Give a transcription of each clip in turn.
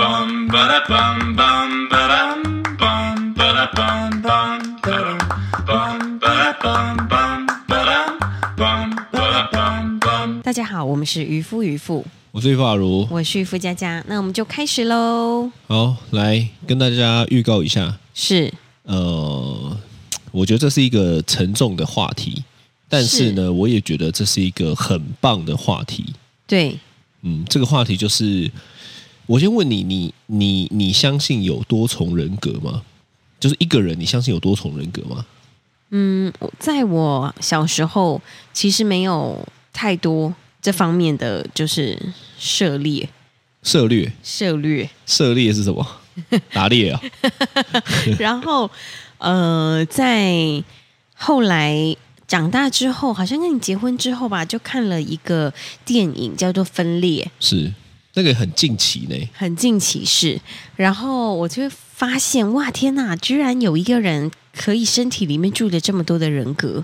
bum ba da bum bum ba dum bum ba da bum bum ba dum bum ba da bum bum ba dum bum ba da bum bum 大家好，我们是渔夫渔妇，我是法如，我是渔夫佳佳，那我们就开始喽。好，来跟大家预告一下，是呃，我觉得这是一个沉重的话题，但是呢，我也觉得这是一个很棒的话题。对，嗯，这个话题就是，我先问你，你你你相信有多重人格吗？就是一个人，你相信有多重人格吗？嗯，我在我小时候其实没有太多这方面的就是涉猎涉猎，涉略，涉猎是什么？打猎啊？ 然后呃，在后来长大之后，好像跟你结婚之后吧，就看了一个电影叫做《分裂》，是那个很近期呢。很近其事。然后我就会发现，哇，天哪，居然有一个人可以身体里面住着这么多的人格，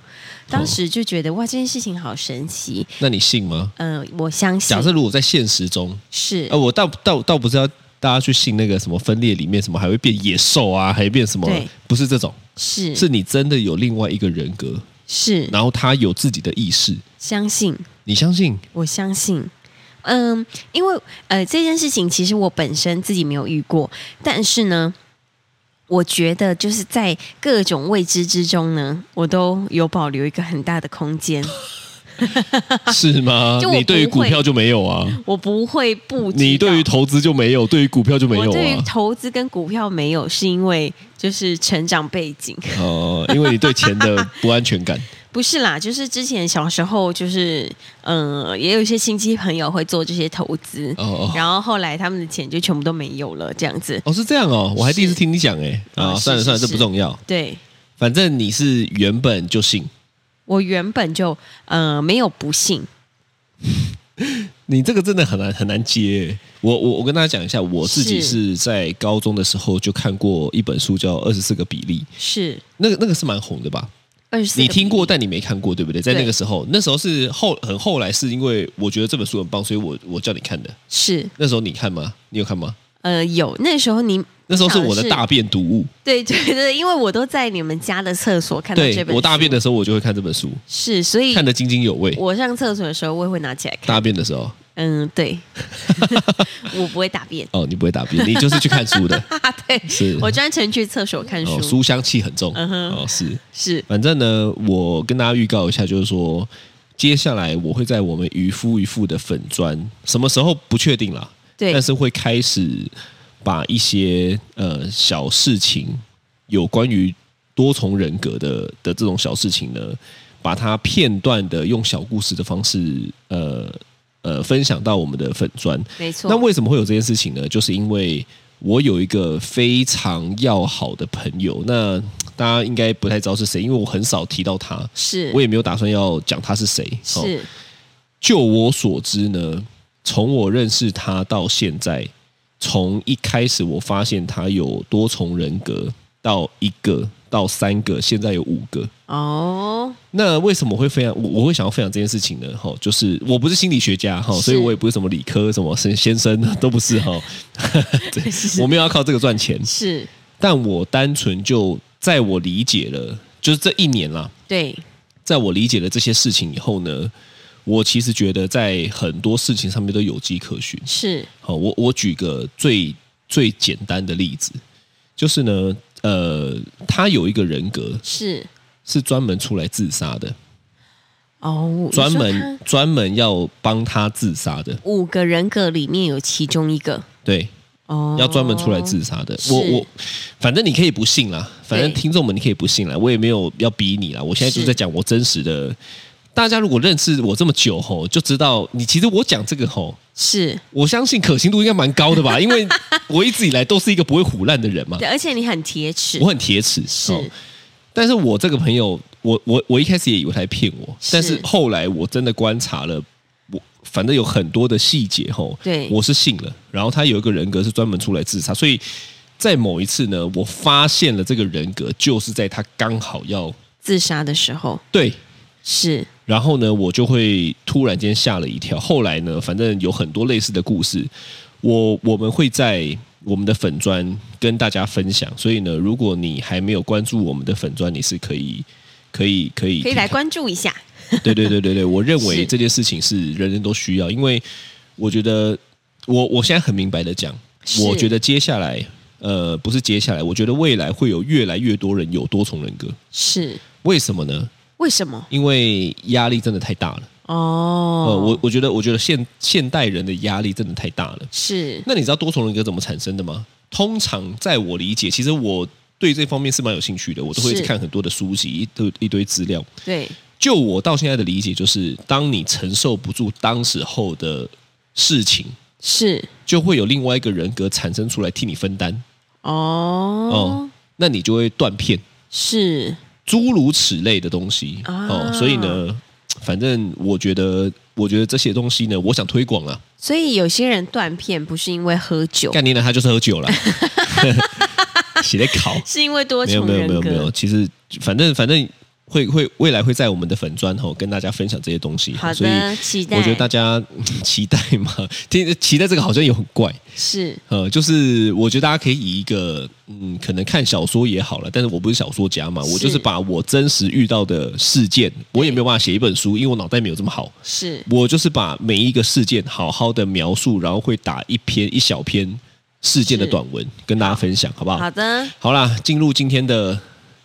当时就觉得哇，这件事情好神奇。那你信吗？嗯、我相信假设如果在现实中，是呃，我倒倒倒不是要大家去信那个什么分裂里面什么还会变野兽啊，还会变什么对？嗯不是这种，是是你真的有另外一个人嗯格，是然后他有自己的意识，相信，你 相信？我相信。嗯，因为呃这件事情其实我本身自己没有遇过，但是呢，我觉得就是在各种未知之中呢，我都有保留一个很大的空间，是吗就？我你对于不股会票就没有啊？我不会不知道。你对于投资就没有，对于股票就没有我对于啊？投资跟股票没有，是因为就是成长背景， 哦、因为你对钱的不安全感。不是啦，就是之前小时候就是嗯、呃也有一些亲戚朋友会做这些投资，哦哦然后后来他们的钱就全部都没有了，这样子。哦，是这样哦，我还第一次是听你讲哎、啊啊，是算了是算了，这是不重要，对反正你是原本就信。我原本就呃没有不信，你这个真的很难很难接欸。我我我跟大家讲一下，我自己是是在高中的时候就看过一本书，叫《二十四个比例》，是那个那个是蛮红的吧？二十四。你听过，但你没看过，对不对？在对那个时候，那时候是后很后来，是因为我觉得这本书很棒，所以我我叫你看的。是那时候你看吗？你有看吗？呃有那时候你那时候是我的大便读物，对对对，因为我都在你们家的厕所看到这对本书，我大便的时候我就会看这本书，是，所以看得津津有味。我上厕所的时候我也会拿起来看。大便的时候，嗯， 对， 我不会大便。哦，你不会大便，你就是去看 书的，啊，对，是我专程去厕所看书，哦，书香气很重，嗯哼哦是。是反正呢，我跟大家预告一下，就是说，接下来我会在我们渔夫渔妇的粉砖，什么时候不确定啦，对但，是会开始把一些呃小事情，有关于多重人格的的这种小事情呢，把它片段的用小故事的方式，呃呃，分享到我们的粉砖。没错。那为什么会有这件事情呢？就是因为我有一个非常要好的朋友，那大家应该不太知道是谁，因为我很少提到他，是我也没有打算要讲他是谁。哦是就我所知呢，从我认识他到现在，从一开始我发现他有多重人格，到一个到三个，现在有五个。哦，那为什么会分享我我会想要分享这件事情呢？哈、就是我不是心理学家哈、是所以我也不是什么理科什么先先生都不是哈、哦对 是我没有要靠这个赚钱，是但我单纯就在我理解了，就是这一年啦，对，在我理解了这些事情以后呢，我其实觉得在很多事情上面都有迹可循。是好，我我举个最最简单的例子，就是呢，呃，他有一个人格是是专门出来自杀的。哦，专你说门他专门要帮他自杀的，五个人格里面有其中一个对，哦，要专门出来自杀的。是我我反正你可以不信啦，反正对听众们你可以不信啦，我也没有要逼你啦。我现在就是在讲我真实的。大家如果认识我这么久吼，就知道你其实我讲这个吼，是，我相信可信度应该蛮高的吧，因为 我一直以来都是一个不会唬烂的人嘛，对，而且你很铁齿我，很铁齿。哦是但是我这个朋友，我我我一开始也以为他在骗我，是但是后来我真的观察了，我反正有很多的细节吼，对我是信了。然后他有一个人格是专门出来自杀，所以在某一次呢，我发现了这个人格就是在他刚好要自杀的时候对。是然后呢，我就会突然间吓了一跳。后来呢，反正有很多类似的故事，我我们会在我们的粉砖跟大家分享。所以呢，如果你还没有关注我们的粉砖，你是可以可以可以可以来关注一下。对对对对对，我认为是这件事情是人人都需要，因为我觉得我我现在很明白的讲，是我觉得接下来呃不是接下来，我觉得未来会有越来越多人有多重人格。是为什么呢？为什么？因为压力真的太大了。哦，呃，我我觉得我觉得现现代人的压力真的太大了。是那你知道多重人格怎么产生的吗？通常在我理解，其实我对这方面是蛮有兴趣的，我都会是看很多的书籍，一堆一堆资料。对就我到现在的理解，就是当你承受不住当时候的事情，是就会有另外一个人格产生出来替你分担哦哦，那你就会断片，是诸如此类的东西啊哦。所以呢，反正我觉得，我觉得这些东西呢，我想推广啊，所以有些人断片不是因为喝酒，概念呢，他就是 喝酒了， 写在考。是因为多没有重没有人没有没有，格。其实反正反正会会未来会在我们的粉砖吼、跟大家分享这些东西，好所以的，期待。我觉得大家 嗯期待嘛，听期待这个好像也很怪，是呃，就是我觉得大家可以以一个嗯，可能看小说也好了，但是我不是小说家嘛，我就是是把我真实遇到的事件，我也没有办法写一本书，因为我脑袋没有这么好，是我就是把每一个事件好好的描述，然后会打一篇一小篇事件的是短文跟大家分享，好不好？好的，好啦，进入今天的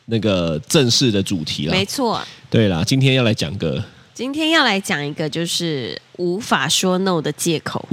那个正式的主题啦没。错。对啦，今天要来讲个，今天要来讲一个就是无法说 no 的借口，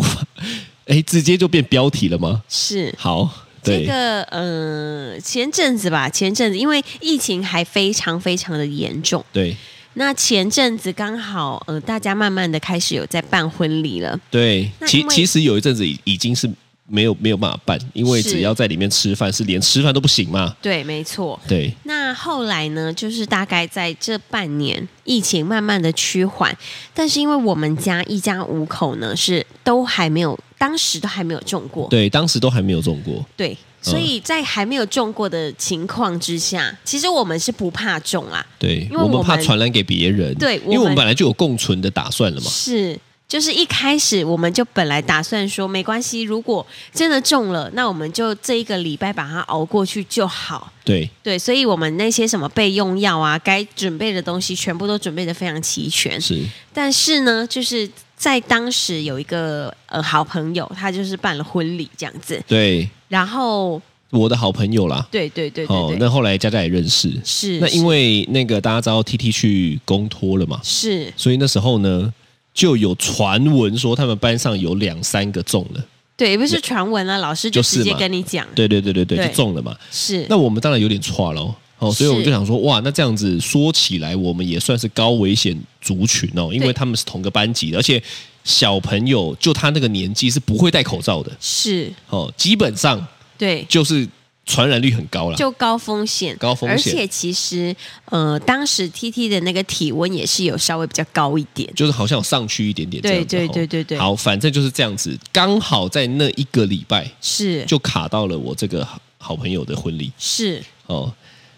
哎，直接就变标题了吗？是好，这对，个呃前阵子吧，前阵子因为疫情还非常非常的严重，对，那前阵子刚好呃大家慢慢的开始有在办婚礼了，对。那其因为其实有一阵子已已经是没有没有办法办，因为是只要在里面吃饭，是连吃饭都不行嘛。对，没错。对，那后来呢，就是大概在这半年，疫情慢慢的趋缓，但是因为我们家一家五口呢是都还没有，当时都还没有中过，对，当时都还没有中过。对，所以在还没有中过的情况之下，其实我们是不怕中啊，对，因为我我们们怕传染给别人。对因为我我们们本来就有共存的打算了嘛。是。就是一开始我们就本来打算说没关系，如果真的中了，那我们就这一个礼拜把它熬过去就好。对，对，所以我们那些什么备用药啊，该准备的东西全部都准备的非常齐全。是但是呢，就是在当时有一个呃好朋友，他就是办了婚礼这样子，对然后我的好朋友啦。对对对哦对，对，那后来佳佳也认识。是那因为那个大家知道 T T 去公托了嘛，是所以那时候呢，就有传闻说他们班上有两三个中了，对，也不是传闻啊，老师就就是直接嘛跟你讲，对对对对对，对就中了嘛。是那我们当然有点错喽。哦，所是以我们就想说，哇，那这样子说起来，我们也算是高危险族群哦，因为对他们是同个班级的，而且小朋友就他那个年纪是不会戴口罩的，是，哦，基本上对，就是传染率很高了。就高风险，高风险而且其实呃，当时 T T 的那个体温也是有稍微比较高一点，就是好像有上去一点点这样对子对哦对对对，好，反正就是这样子，刚好在那一个礼拜是就卡到了我这个好好朋友的婚礼。是哦，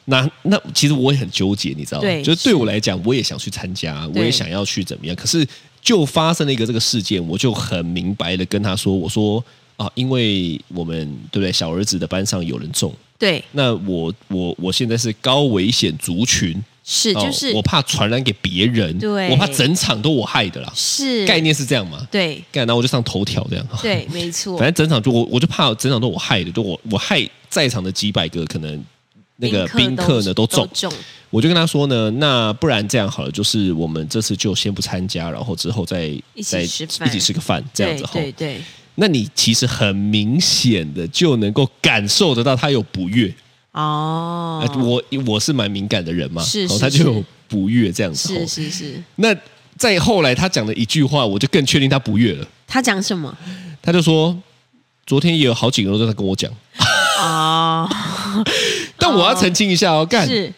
那那其实我也很纠结，你知道吗？对就是对我来讲，我也想去参加，我对也想要去怎么样，可是就发生了一个这个事件，我就很明白的跟他说，我说啊，因为我们对不对，小儿子的班上有人中，对那我我我现在是高危险族群，是哦就是、我怕传染给别人，对我怕整场都我害的啦，是概，念是这样嘛？对干，然后我就上头条这样，对，没错反，正整场就我我就怕整场都我害的，就我我害在场的几百个可能那个宾客呢都中，中，我就跟他说呢，那不然这样好了，就是我们这次就先不参加，然后之后再一起再吃饭一起吃个饭这样子哈。对对对，那你其实很明显的就能够感受得到他有不悦，哦，呃我我是蛮敏感的人嘛，是然后是他就有是不悦这样子是吼。是是，那再后来他讲的一句话，我就更确定他不悦了，他讲什么？他就说。昨天也有好几个人都在跟我讲，哦，但我要澄清一下哦，干，是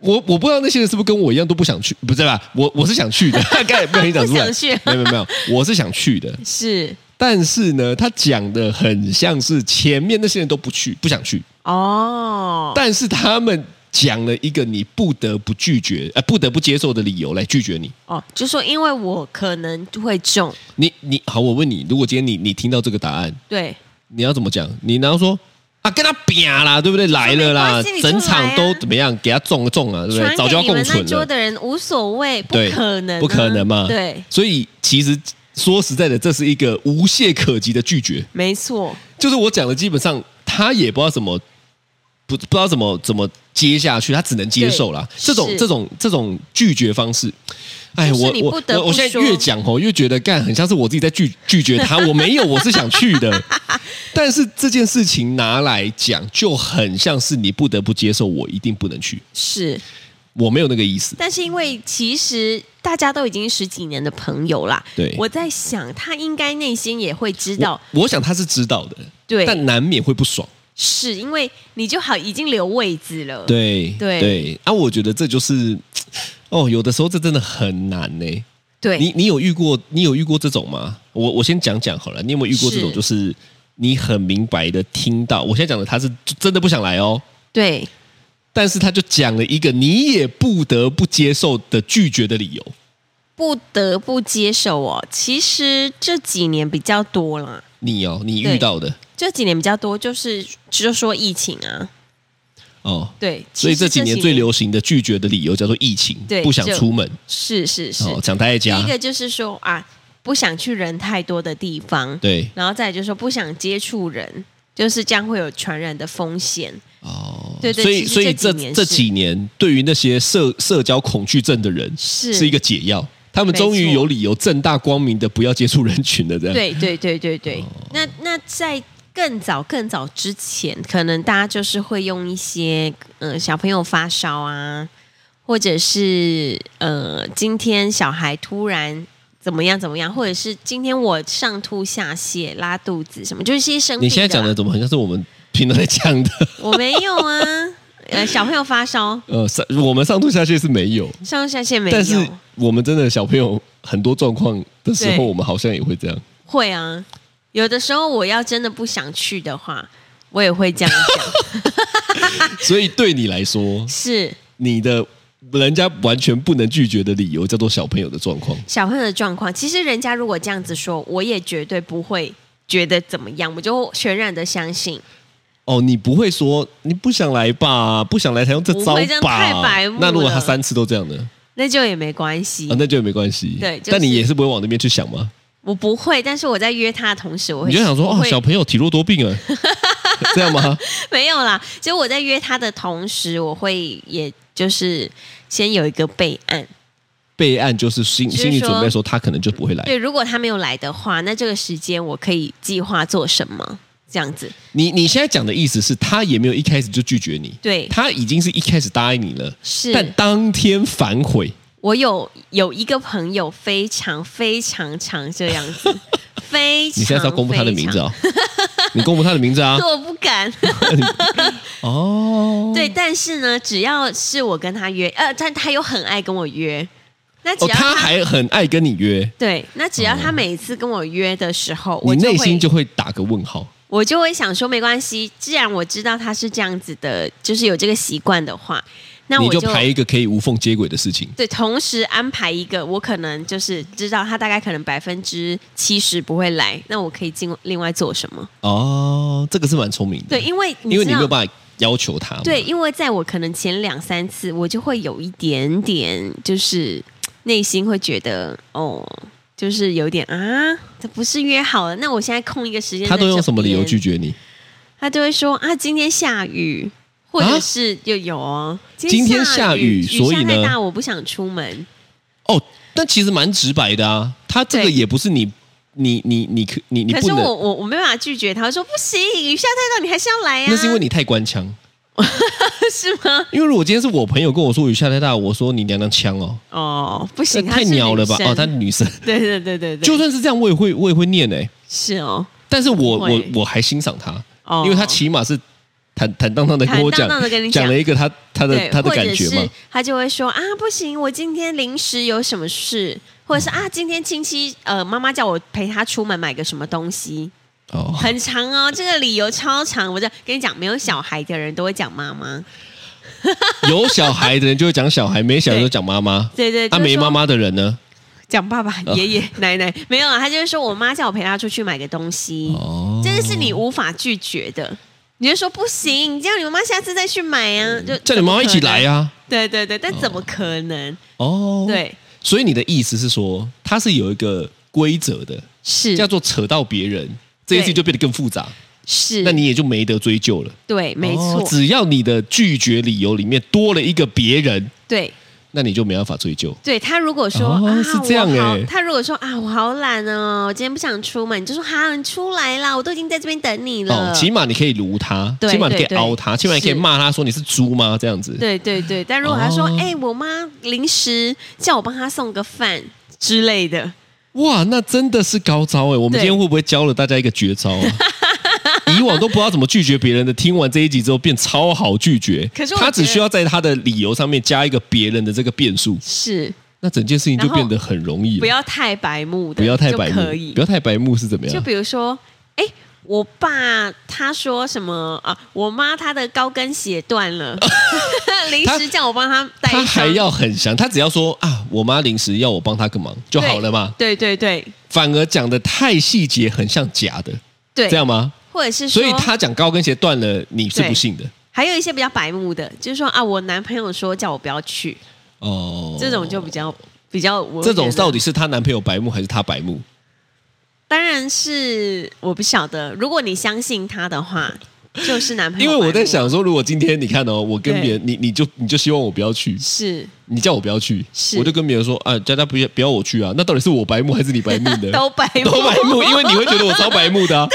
我我不知道那些人是不是跟我一样都不想去，不是吧？我我是想去 的， 刚才不小心讲出不来，想去没有没有没有，我是想去的，是但是呢，他讲的很像是前面那些人都不去，不想去，哦，但是他们讲了一个你不得不拒绝，呃，不得不接受的理由来拒绝你。哦，就说因为我可能会中，你你好，我问你，如果今天你你听到这个答案，对，你要怎么讲？你然后说啊，跟他扁啦，对不对？来了啦没关系，你就整场来啊都怎么样？给他中了中啊，对不对？传早给就要你共们那存桌了，的人无所谓，不对可能啊、不可能嘛？对，所以其实说实在的，这是一个无懈可击的拒绝。没错，就是我讲的，基本上他也不知道怎么，不不知道怎么怎么接下去，他只能接受啦。对这种是这种这种拒绝方式，哎，就是我你不我得我不我现在说越讲哦，越觉得干很像是我自己在拒拒绝他，我没有，我是想 去的。但是这件事情拿来讲，就很像是你不得不接受，我一定不能去，是。我没有那个意思。但是因为其实大家都已经十几年的朋友啦，对我在想他应该内心也会知道我，我想他是知道的，对但难免会不爽。是因为你就好已经留位置了，，对对对，啊，我觉得这就是，哦，有的时候这真的很难呢、对你你有遇过你有遇过这种吗？我我先讲讲好了，你有没有遇过这种？是就是你很明白的听到，我现在讲的他是真的不想来哦，对，但是他就讲了一个你也不得不接受的拒绝的理由。不得不接受哦。其实这几年比较多啦，你哦，你对遇到的这几年比较多，就是就说疫情啊，哦，对，所其以实这几年最流行的拒绝的理由叫做疫情，对不想就出门，是是是，哦，想待在第一家，个就是说啊，不想去人太多的地方，对，然后再来就是说不想接触人，就是这样会有传染的风险。哦，对对所以其实所以这几这年这是几年对于那些社社交恐惧症的人是是一个解药，他们终没于错有理由正大光明的不要接触人群了，这样。对对对对哦对，那那在。更早更早之前，可能大家就是会用一些呃小朋友发烧啊，或者是呃今天小孩突然怎么样怎么样，或者是今天我上吐下泻、拉肚子什么，就是一些生病你现在讲啦的怎么很像是我们平常在讲的？ 我没有啊，呃小朋友发烧，呃，上我们上吐下泻是没有，上下线没但是有，我们真的小朋友很多状况的时对候，我们好像也会这样。会啊。有的时候我要真的不想去的话，我也会这 样想。所以对你来说，是你的人家完全不能拒绝的理由叫做小朋友的状况。小朋友的状况，其实人家如果这样子说，我也绝对不会觉得怎么样，我就全然的相信。哦，你不会说你不想来吧？不想来才用这招不会这样吧？太白目了那如果他三次都这样呢？那就也没关系，啊，那就没关系。对就是但你也是不会往那边去想吗？我不会。但是我在约他的同时，我会你就想说我哦，会小朋友体弱多病啊，这样吗？ 没有啦。就我在约他的同时，我会也就是先有一个备案。备案就是心就是心理准备说说他可能就不会来。对，如果他没有来的话，那这个时间我可以计划做什么？这样子，你你现在讲的意思是他也没有一开始就拒绝你，对，他已经是一开始答应你了，但是当天反悔。我有有一个朋友非常非常常这样 子，非常你现在是要公布他的名字哦， 你公布他的名字啊非常。我不敢。哦， 对，但是呢，只要是我跟他约，呃，但他又很爱跟我约。那只哦，要他,、他还很爱跟你约，对，那只要他每一次跟我约的时候，哦你我内会心就会打个问号。我就会想说，没关系，既然我知道他是这样子的，就是有这个习惯的话，那你我就排一个可以无缝接轨的事情。对，同时安排一个，我可能就是知道他大概可能百分之七十不会来，那我可以另另外做什么？哦，这个是蛮聪明的。对，，因为因为你知道没有办法要求他嘛。对，因为在我可能前两三次，我就会有一点点，就是内心会觉得哦。就是有点啊，这不是约好了？那我现在空一个时间，他都用什么理由拒去？绝你？他就会说啊，今天下雨，或啊者是又有哦，今天下下雨所以下太呢大，我不想出门。哦，但其实蛮直白的啊，他这个对也不是你你你你可你你可不是我能，我我没办法拒绝他，我说不行，雨下太大，你还是要来呀、啊那是因为你太官腔。 是吗？因为如果今天是我朋友跟我说雨下太大，我说你娘娘腔哦，哦，不这行，太鸟了吧？哦，他她女生，对对对对对，就算是这样，我也会我也会念哎、是哦，但是我我会我还欣赏她，哦，因为她起码是坦坦荡荡的跟我讲坦荡荡地跟你，讲讲了一个她她的对她的感觉或者嘛是。他就会说啊，不行，我今天临时有什么事，或者是嗯啊，今天亲戚呃妈妈叫我陪她出门买个什么东西，哦，很长哦，这个理由超长，我就跟你讲，没有小孩的人都会讲妈妈，有小孩的人就会讲小孩，没小孩就讲妈妈。对对，就啊，是没说妈哦妈的人呢？ 讲爸爸、爷爷、奶奶，没有啊，他就是说我妈叫我陪她出去买个东西，哦这是但是你无法拒绝的，你就说不行，这样你妈妈下次再去买啊，就嗯叫你妈妈一起来啊。啊。对对对，但怎么可能？哦，，对，所以你的意思是说，它是有一个规则的，是叫做扯到别人，这件事情就变得更复杂，是，那你也就没得追究了。对，没错，哦只要你的拒绝理由里面多了一个别人，对。那你就没办法追究。对他如果说、哦啊，是这样我好欸他如果说啊，我好懒哦，我今天不想出门，你就说哈，你出来啦，我都已经在这边等你了。哦，起码你可以撸他，对起码你可以对对凹他，起码你可以是骂他说你是猪吗？这样子。对对对，但如果他说哦哎、我妈临时叫我帮她送个饭之类的，哇，那真的是高招哎！我们对今天会不会教了大家一个绝招 啊？以往都不知道怎么拒绝别人的，听完这一集之后变超好拒绝。可是我他只觉得需要在他的理由上面加一个别人的这个变数，是那整件事情就然后变得很容易了。不要太白目的，不要太白就目可以，，不要太白目是怎么就样？比如说，哎、我爸他说什么啊？我妈她的高跟鞋断了， 临他时叫我帮她带一他双，还要很详，他只要说啊，我妈临时要我帮她个忙就好了嘛，对对对反而讲的太细节，很像假的，对，这样吗？或者是说，所以他讲高跟鞋断了，你是对不信的还有一些比较白目的，就是说啊，我男朋友说叫我不要去，哦。这种就比较比较我这种觉得到底是她男朋友白目还是她白目？当然是我不晓得。如果你相信他的话，就是男朋友因白为目。我在想说，如果今天你看哦，我跟对别人，你你就你就希望我不要去，是你叫我不要去，是我就跟别人说啊，佳佳不要不要我去啊，那到底是我白目还是你白目 呢？都白目，都白目，因为你会觉得我超白目的、啊。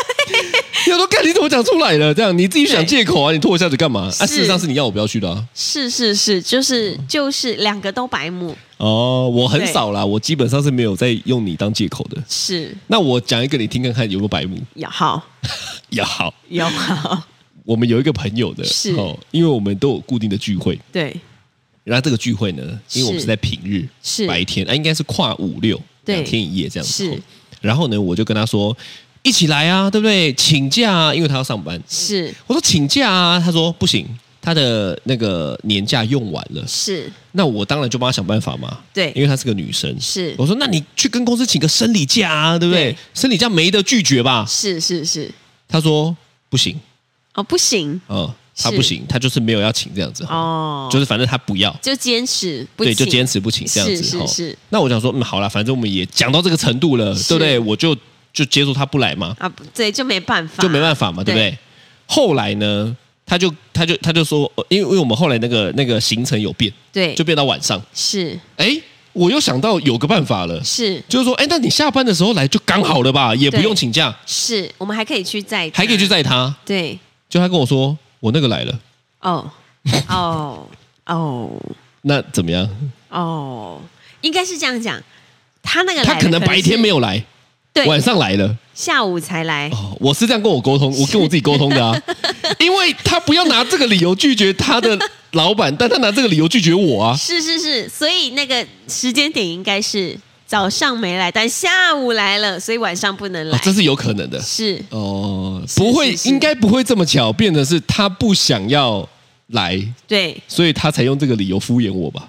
你想说，看你怎么讲出来了？这样你自己想借口啊？你拖我下水干嘛？是啊，事实上是你要我不要去的啊。是是是，就是就是两个都白目，哦，我很少啦，我基本上是没有在用你当借口的。是那我讲一个你听看看有没有白目？有好也好，有好， 我们有一个朋友的，是哦，因为我们都有固定的聚会，对然后这个聚会呢，因为我们是在平日，是白天，啊，应该是跨五六对两天一夜这样子。是然后呢，我就跟他说一起来啊，对不对？请假啊，因为他要上班。是我说请假啊，他说不行，他的那个年假用完了。是，那我当然就帮他想办法嘛，因对为她是个女生。是我说那你去跟公司请个生理假啊，对不对？对生理假没得拒绝吧？是是是，他说不行，哦不行呃，他是不行，他就是没有要请这样子，哦，就是反正他不要。就坚持不对，就行坚持不请这样子是是齁是那我想说，嗯，好啦，反正我们也讲到这个程度了，是对不对？我就就接受他不来嘛，啊，不对就没办法，就没办法嘛，对不对？后来呢，他就他就他就说，呃因为因为我们后来那个那个行程有变，对，就变到晚上。是哎，我又想到有个办法了，是就是说，哎，那你下班的时候来就刚好了吧，也不对嗯用请假，是，我们还可以去载他，还可以去载他。对就他跟我说，我那个来了，哦哦哦那怎么样？哦，应该是这样讲，他那个来他的可能白天是没有来，对晚上来了。下午才来，哦，我是这样跟我沟通，我跟我自己沟通 的啊，因为他不要拿这个理由拒绝他的老板，但他拿这个理由拒绝我啊。是是是，所以那个时间点应该是早上没来，但下午来了，所以晚上不能来。哦，这是有可能的是哦，不会，是是应该不会这么巧，变得是他不想要来，对，所以他才用这个理由敷衍我吧？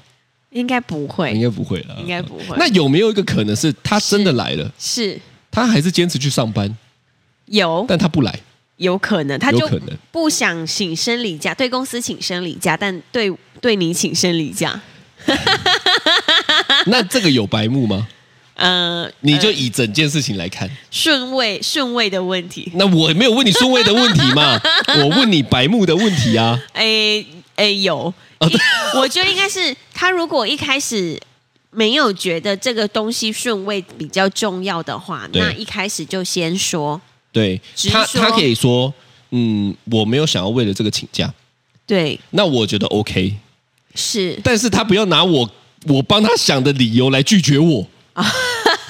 应该不应会，该不会了，应该不会那有没有一个可能是他真的来了，是他还是坚持去上班，有但他不来？有可能，他有就可能不想请生理假，对公司请生理假，但对对你请生理假，那这个有白目 吗？呃，你就呃以整件事情来看，顺位顺位的问题，那我没有问你顺位的问题 嘛，我问你白目的问题啊。哎哎有， 哦 对因我觉得应该是他如果一开始没有觉得这个东西顺位比较重要的话，对那一开始就先说，对直他，说他可以说，嗯，我没有想要为了这个请假，对，那我觉得 OK，是但是他不要拿我我帮他想的理由来拒 绝我，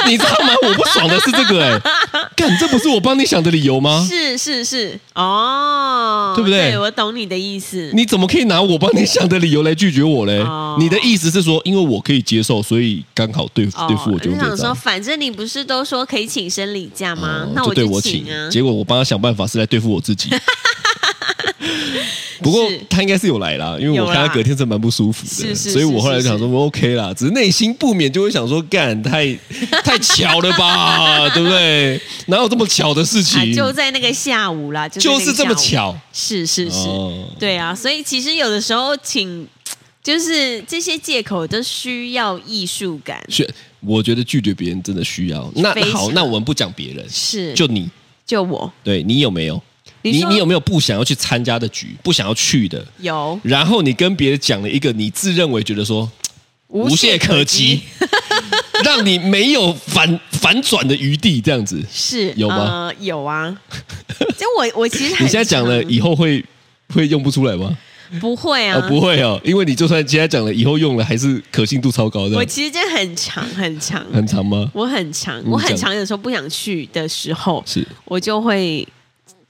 你知道吗？我不爽的是这个、哎，干，这不是我帮你想的理由吗？是是是，哦，啊对不对我懂你的意思，你怎么可以拿我帮你想的理由来拒绝我嘞？哦你的意思是说，因为我可以接受，所以刚好对、哦对付我就我用这想招说，。反正你不是都说可以请生理假吗？啊哦那就对我请啊。 结果我帮他想办法是来对付我自己。不过是他应该是有来啦，因为有我啦看他隔天是蛮不舒服的，是是所以我是后来是就想说 OK 啦，只是内心不免就会想说，干太 太巧了吧，对不对？哪有这么巧的事情？啊，就在那个下午啦，就就就是这么，巧，是是是，哦对啊，所以其实有的时候请，就是这些借口都需要艺术感，选我觉得拒绝别人真的需要。那非常好，那我们不讲别人，是就你，就我对你有没有？你你说你有没有不想要去参加的局，不想要去的？有然后你跟别人讲了一个你自认为觉得说无懈可击， 让你没有反反转的余地，这样子。是有吗呃有 啊，就我我其实你很现在讲了，常以后会会用不出来吗？不会啊，啊，不会哦，因为你就算现在讲了，以后用了还是可信度超高我的，其实真的很长很长，很长吗？我很长，嗯我很讲长，有时候不想去的时候，是我就会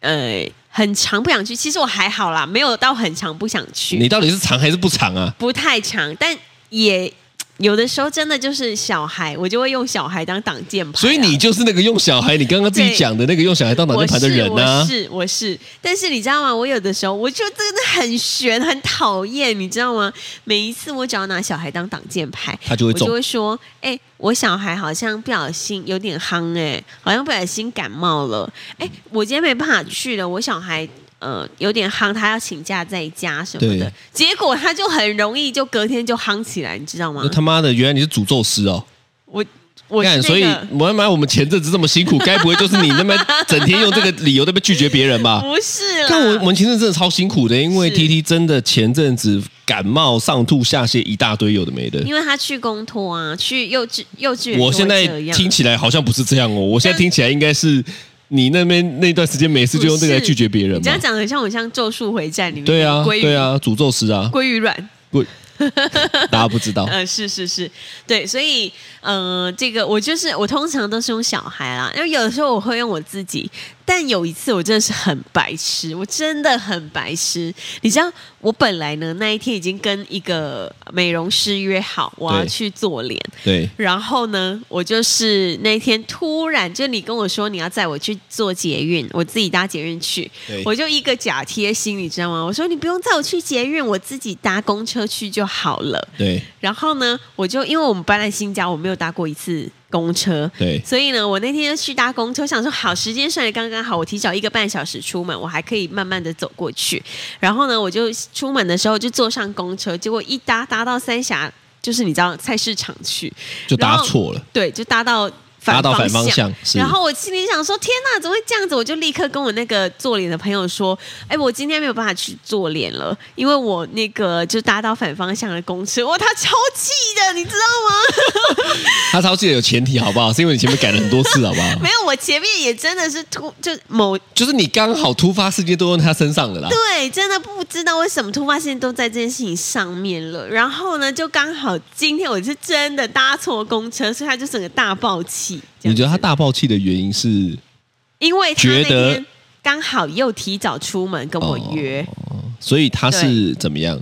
呃很长不想去。其实我还好啦，没有到很长不想去，你到底是长还是不长啊？不太长，但也有的时候真的就是小孩，我就会用小孩当挡箭牌啊。所以你就是那个用小孩，你刚刚自己对讲的那个用小孩当挡我箭牌的人啊我。是我是，但是你知道吗？我有的时候我就真的很悬，很讨厌，你知道吗？每一次我只要拿小孩当挡箭牌，他就会我就中会说：“哎、我小孩好像不小心有点夯、哎，好像不小心感冒了，哎、我今天没办法去了，我小孩。”呃，有点夯，他要请假在家什么的对，结果他就很容易就隔天就夯起来，你知道吗那？他妈的，原来你是诅咒师哦！我我是干，那所以个我他妈我们前阵子这么辛苦，该不会就是你那边整天用这个理由在那边拒绝别 人吧？不是啦，但我我们前阵真的超辛苦的，因为啊是 T T 真的前阵子感冒、上吐下泻一大堆，有的没的。因为他去公托啊，去幼稚幼稚园都我会现在这样，听起来好像不是这样哦，我现在听起来应该是 你那边那段时间没事就用这个来拒绝别人你这嘛样？讲的很像我像《咒术回战》里面对啊，的鲑鱼对啊，诅咒师 啊，鲑鱼卵，不，大家不知道，呃，是是是，对，所以呃，这个我就是我通常都是用小孩啦，因为有的时候我会用我自己，但有一次我真的是很白痴，我真的很白痴。你知道，我本来呢那一天已经跟一个美容师约好，我要对去做脸，对，然后呢，我就是那天突然就你跟我说你要载我去做捷运，我自己搭捷运去对，我就一个假贴心，你知道吗？我说你不用载我去捷运，我自己搭公车去就好了。对，然后呢，我就因为我们搬来新家，我没有搭过一次公车，对所以呢，我那天就去搭公车，我想说好时间算的刚刚好，我提早一个半小时出门，我还可以慢慢的走过去。然后呢，我就出门的时候就坐上公车，结果一搭搭到三峡，就是你知道菜市场去，就然答后错了，对，就搭到搭反到反方向，是然后我心里想说：“天哪，怎么会这样子？”我就立刻跟我那个做脸的朋友说：“哎，我今天没有办法去做脸了，因为我那个就搭到反方向的公车。”哇，他超气的，你知道吗？ 他超记得有前提好不好？是因为你前面改了很多次好不 好？没有，我前面也真的是突就某就是你刚好突发事件都用他身上了啦。对，真的不知道为什么突发事件都在这件事情上面了。然后呢，就刚好今天我是真的搭错公车，所以他就整个大爆气。这样你觉得他子大爆气的原因是因为他觉那得哦天刚好又提早出门跟我约，所以他是怎么样？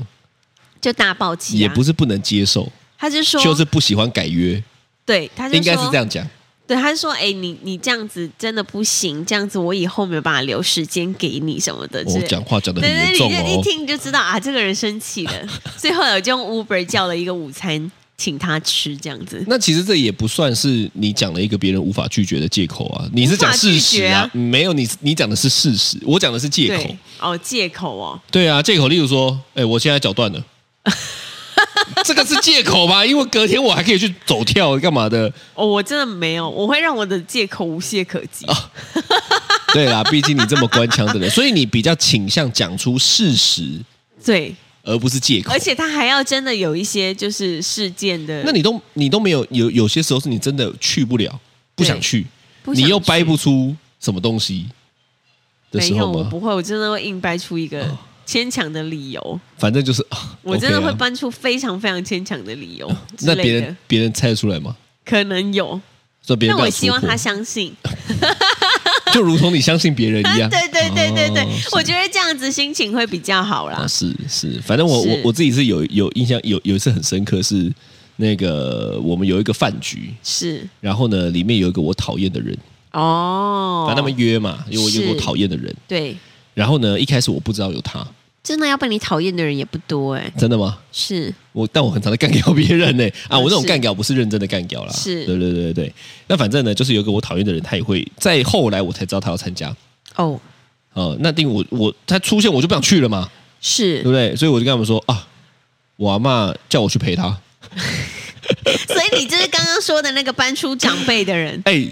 就大爆气、啊，也不是不能接受，他就说，就是不喜欢改约，对，他就应该是说这，样讲。对，他就说，哎、你你这样子真的不行，这样子我以后没有办法留时间给你什么的之我、类哦的、、讲话讲的很对严对重对，你就一哦。听就知道啊，这个人生气 了。所以后来我就用 Uber 叫了一个午餐请他吃，这样子。那其实这也不算是你讲了一个别人无法拒绝的借口啊，你是讲事实无法拒绝啊嗯没有你你讲的是事实，我讲的是借口对。，哦，借口哦，对啊，借口，例如说，哎，我现在脚 断了，这个是借口吧？因为隔天我还可以去走跳干嘛的？哦，我真的没有，我会让我的借口无懈可击。啊对啦，毕竟你这么官腔的人，所以你比较倾向讲出事实，对，而不是借口而。且他还要真的有一些就是事件的，那你都你都没有有有些时候是你真的去不了，不想去，不想你又去掰不出什么东西的没时有，候我吗？哦不会，我真的会硬掰出一个牵强的理由。反正就是，啊我真的 OK 啊会搬出非常非常牵强的理由之 那类别的人别人猜得出来吗？可能有，说别人但不我要希望戳破他相信。就如同你相信别人啊 一 样。对对对对对哦，我觉得这样子心情会比较好啦啊，。是是，反正我我是我自己是有有印象，有有一次很深刻是那个我们有一个饭局，是然后呢里面有一个我讨厌的人，哦哦反，正他们约嘛，因为我有是我讨厌的人，哦对然后呢一开始我不知道有他，真的要被你讨厌的人也不多哎、真的吗？是我但我很常在干掉别人呢、啊，我那种是干掉不是认真的干掉啦，是对对对对对。那反正呢，就是有一个我讨厌的人，他也会在后来我才知道他要参加。哦，哦，那定我我他出现我就不想去了嘛，对是 不对？所以我就跟他们说啊，我阿嬷叫我去陪她。所以你就是刚刚说的那个搬出长辈的人，哎，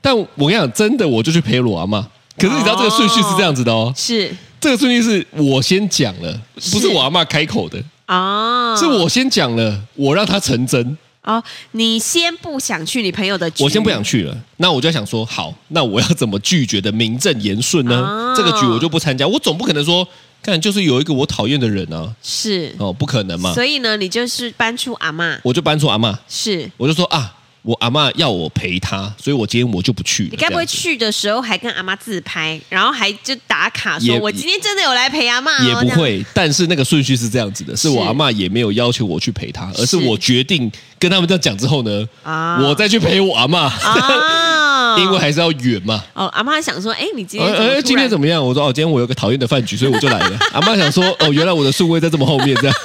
但我跟你讲，真的我就去陪我阿嬷。可是你知道这个顺序是这样子的哦，是这个顺序是我先讲了，不是是我阿嬷开口的，哦，是我先讲了，我让他成真，哦，你先不想去你朋友的局，我先不想去了。那我就在想说，好，那我要怎么拒绝的名正言顺呢？哦这个局我就不参加，我总不可能说，看就是有一个我讨厌的人啊，是，哦，不可能嘛，所以呢，你就是搬出阿嬷，我就搬出阿嬷。是我就说啊，我阿嬷要我陪她，所以我今天我就不去了。你该不会这样子？去的时候还跟阿妈自拍，然后还就打卡说也我今天真的有来陪阿妈、哦，也不会，但是那个顺序是这样子的，是我是阿嬷也没有要求我去陪她，而是是我决定跟他们这样讲之后呢，啊我再去陪我阿嬷，这样啊 因为还是要远嘛。哦，阿妈想说，哎，你今呃天怎么突呃，然今天 怎么样？我说哦，今天我有个讨厌的饭局，所以我就来了。阿嬷想说哦，原来我的顺位在这么后面，这样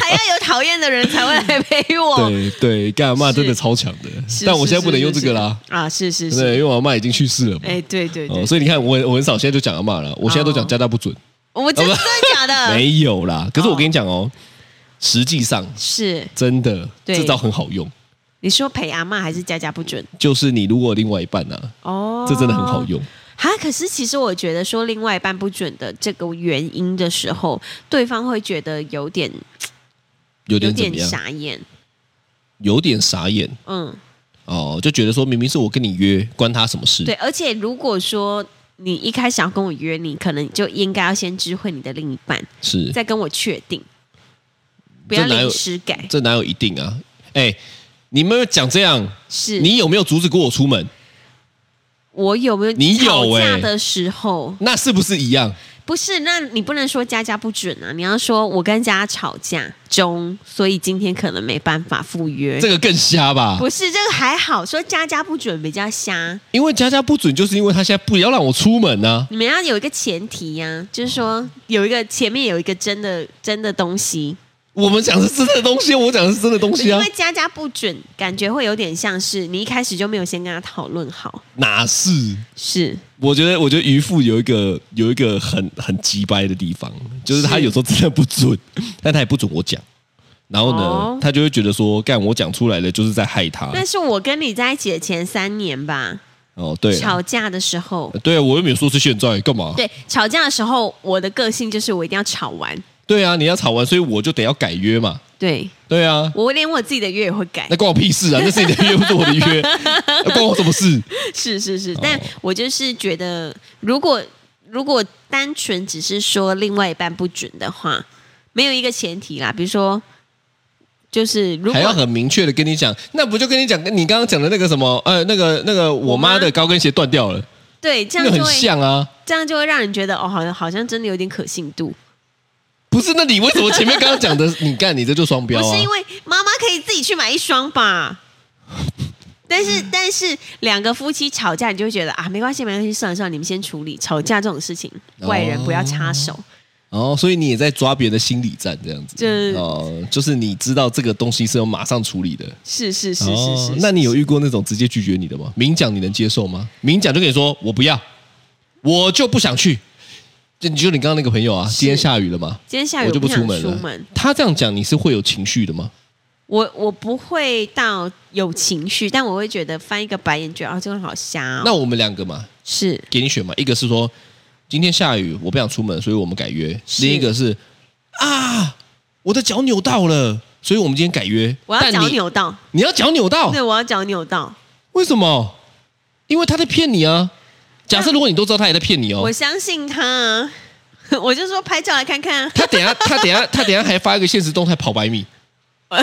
还要有讨厌的人才会来陪 我？对对，干阿嬷真的超强的，哦是但我现在是不能是用这个啦，是啊，是是对，是，因为我阿嬷已经去世了嘛。哎，对对对哦，，所以你看，我我很少现在就讲阿嬷了，我现在都讲哦嗯家大不准。我真的真的假的？哦 没有啦，可是我跟你讲哦，实际上是真的对这招很好用，你说陪阿妈还是家家不准？就是你如果有另外一半啊，哦，这真的很好。用。哈，可是其实我觉得说另外一半不准的这个原因的时候，对方会觉得有点有有点点怎么样？傻眼，有点傻眼嗯。哦，就觉得说明明是我跟你约，关他什么事？对，而且如果说你一开始要跟我约，你可能就应该要先知会你的另一半，是再跟我确定，不要这哪有临时改。这哪有一定啊？哎，你们讲这样，是你有没有阻止过我出门？我有没有你有吵架欸的时候？那是不是一样？不是，那你不能说家家不准啊，你要说我跟家吵架中，所以今天可能没办法赴约。这个更瞎吧？不是这个还好，说家家不准比较瞎。因为家家不准，就是因为他现在不要让我出门啊。你们要有一个前提呀、就是说有一个前面有一个真的真的东西，我们讲的是真的东西，我讲的是真的东西因啊为，家家不准，感觉会有点像是你一开始就没有先跟他讨论好，哪是？是我觉得，我觉得渔父有一个有一个很很鸡掰的地方，就是他是有时候真的不准，但他也不准我讲。然后呢，哦他就会觉得说，干我讲出来了就是在害他。那是我跟你在一起的前三年吧，哦，对啊，吵架的时候，对啊，我又没有说是现在干嘛？对，吵架的时候，我的个性就是我一定要吵完，对啊，你要吵完，所以我就得要改约嘛。对对啊，我连我自己的约也会改那，关我屁事啊！那是 你的约，不是我的约，那关我什么事？是是是哦，但我就是觉得，如果如果单纯只是说另外一半不准的话，没有一个前提啦，比如说。就是如还要果很明确的跟你讲，那不就跟你讲，跟你刚刚讲的那个什么，呃，那个那个我妈我妈的高跟鞋断掉了，对这那样个就很会像啊。这样就会让人觉得哦，好像好像真的有点可信度。不是，那你为什么前面刚刚 讲的，你干你这就双标不啊？是因为妈妈可以自己去买一双 吧？但是但是两个夫妻吵架，你就会觉得啊，没关系没关系，算了算了，你们先处理。吵架这种事情，外人不要插手。哦，所以你也在抓别人的心理战这样子，就是哦，就是你知道这个东西是要马上处理的，是是是是是哦是那你有遇过那种直接拒绝你的吗？明讲你能接受吗？明讲就跟你说我不要，我就不想去。就你就你刚刚那个朋友啊，今天下雨了嘛，今天下雨我就不想出门出了。门，他这样讲你是会有情绪的吗？我我不会到有情绪，但我会觉得翻一个白眼，觉得啊，这个人好瞎哦。那我们两个嘛，是给你选嘛，一个是说今天下雨，我不想出门，所以我们改约；是另一个是啊，我的脚扭到了，所以我们今天改约。我要但脚你，哦扭到，你要脚扭到对，，我要脚扭到。为什么？因为他在骗你啊。假设如果你都知道他也在骗你哦我，相信他 啊，我就说拍照来看看啊。他等一下他等一下他等一下还发一个现实动态跑百米，啊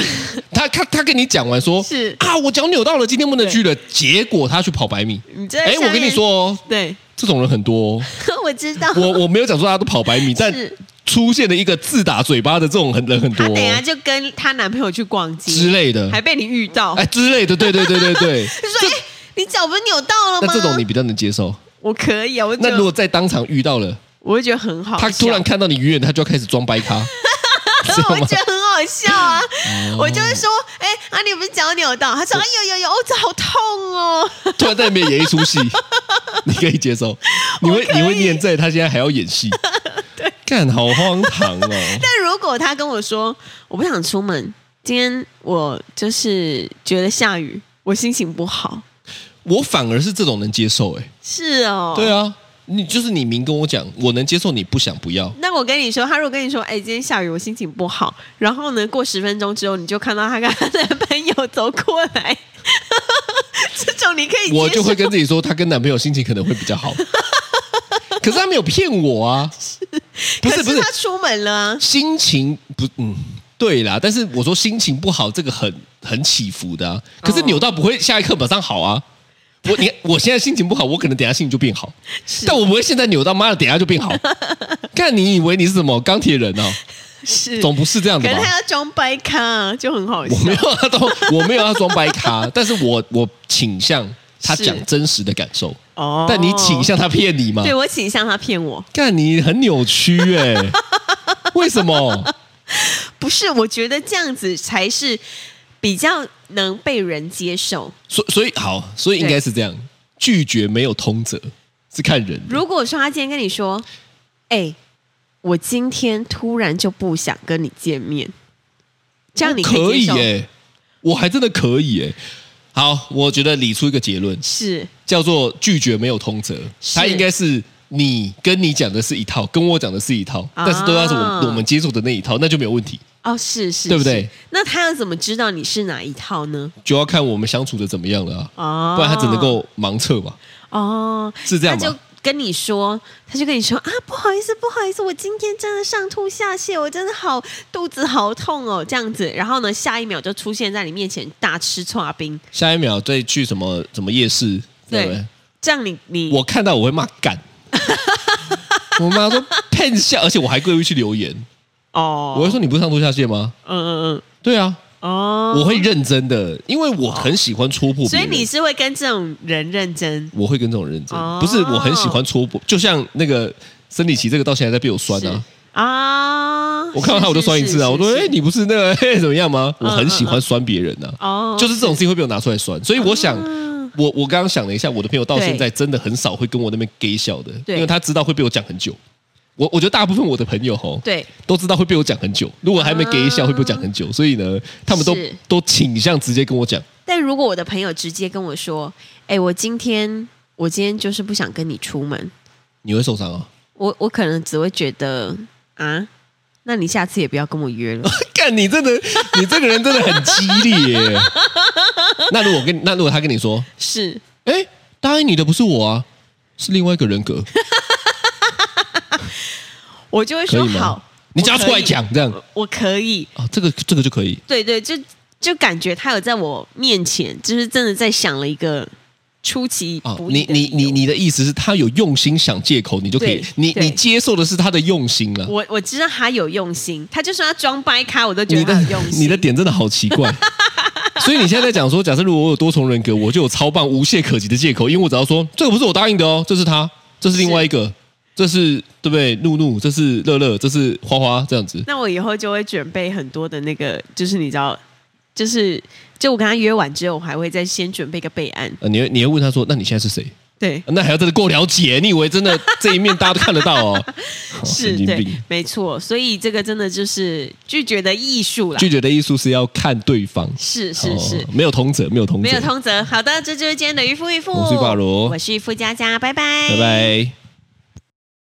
他他他跟你讲完说是啊，我脚扭到了，今天不能去了，结果他去跑百米。 你这哎，我跟你，说哦，对， 这种人很多哦。我知道。我我没有讲说大家都跑百米，但是出现了一个自打嘴巴的这种很人很多她等一下就跟她男朋友去逛之街，类的，还被你遇到，哎之类的，对对对对 对。就说：“哎，你脚不是扭到了吗那？”这种你比较能接受。我可以啊，我那就如果在当场遇到了，我就觉得很好笑。他突然看到你远，他就要开始装 掰咖，知哦道我吗嗯觉？得很好笑啊！我就会说，哎、啊，你不是脚扭到？他说，哎呦呦呦，哦，这好痛哦！ 突然在里面演一出戏，你可以接受？你会我可以你会念在他现在还要 演戏，干好荒唐哦！但如果他跟我说，我不想出门，今天我就是觉得下雨，我心情不好，我反而是这种能接受哎、是哦，对啊，你就是你明跟我讲，我能接受你不想不要，那我跟你说，他如果跟你说，哎、今天下雨，我心情不好，然后呢，过十分钟之后，你就看到他跟他男朋友走过来， 这种你可以接受 我就会跟 自己说，她跟男朋友心情可能会比较好。 可是她没有骗我啊，不是可不是是他出门了啊，心情不嗯。对啦，但是我说心情不好，这个很很起伏的、啊。可是哦扭到不会下一刻马上好啊。我你看我现在心情不好，我可能等一下心情就变好，但我不会现在扭到妈的，等一下就 变好。看你以为你是什么钢铁人哦、是，总不是这样可的是吧？他要装掰咖、就很好笑我。没有要装，我没有要装白 咖，但是我我倾向他是讲真实的感受，哦，但你倾向他骗你嘛对？我倾向他骗我，干你很扭曲哎、 为什么？不是，我觉得这样子才是比较能被人接受。所所以好，所以应该是这样，拒绝没有通则是看人的。如果说他今天跟你说，哎、我今天突然就不想跟你见面，这样你可以以接哎、受？我还真的可以哎、好，我觉得理出一个结论，是叫做拒绝没有通则，是它应该是。你跟你讲的是一套，跟我讲的是一套，但是都要是我们、啊我们接触的那一套，那就没有问题，哦，是是，对不对是？那他要怎么知道你是哪一套呢？就要看我们相处的怎么样了啊。哦，不然他只能够盲测嘛。哦，是这样他就吧跟你说，他就跟你说啊，不好意思，不好意思，我今天真的上吐下泻，我真的好肚子好痛哦，这样子。然后呢，下一秒就出现在你面前大吃串冰，下一秒再去什么什么夜市，对对不对？这样你你我看到我会骂干， 我妈说骗笑，而且我还故意去留言，哦，我会说你不是上吐下泻吗？嗯嗯对啊，嗯哦，我会认真的，因为我很喜欢戳破别所以人。你是会跟这种人认真我会跟这种认真哦，不是我很喜欢戳破，就像那个生理期这个到现在在被我酸啊，是啊？我看到他我就酸一次啊，我说哎你不是那个嘿怎么样吗？嗯我很喜欢酸别人啊，哦，就是这种事情会被我拿出来酸，所以我想，啊我我刚刚想了一下，我的朋友到现在真的很少会跟我那边 gay 笑的，对因为他知道会被我讲很久。我我觉得大部分我的朋友吼，对都知道会被我讲很久，如果还没 gay 笑，啊会被我讲很久，所以呢，他们都是都倾向直接跟我讲，但如果我的朋友直接跟我说：“哎、我今天我今天就是不想跟你出门。你会受伤啊？ 我”我可能只会觉得啊，那你下次也不要跟我约了。干你真的， 你这个人真的很激烈耶。 那如果跟那如果他跟你说， 是哎，答应你的不是我啊，是另外一个人格，我就会可说以吗好，？你只要出来讲这样我可以，我可以。啊，这个这个就可以。对对，就就感觉他有在我面前，就是真的在想了一个出其啊，不意你的你理由、你你的意思是，他有用心想借口，你就可以对，你对你接受的是他的用心了。我我知道他有用心，他就说他装掰咖，我都觉你得他的有用心。你的点真的好奇怪。 所以你现在在讲说，假设如果我有多重人格，我就有超棒、无懈可击的借口，因为我只要说这个不是我答应的哦，这是他，这是另外一个，这是对不对？怒怒，这是乐乐，这是花花，这样子。那我以后就会准备很多的那个，就是你知道，就是就我跟他约完之后，我还会再先准备一个备案。呃，你会你会问他说，那你现在是谁？呃对，那还要真的够了解？你以为真的这一面大家都看得到 哦？哦是神，经对病。，没错。所以这个真的就是拒绝的艺术啦。拒绝的艺术是要看对方，是是是，哦没有同者，没有同者，没有通则。好的，这就是今天的渔夫渔夫，我是法罗我是渔夫佳佳，拜拜，拜拜。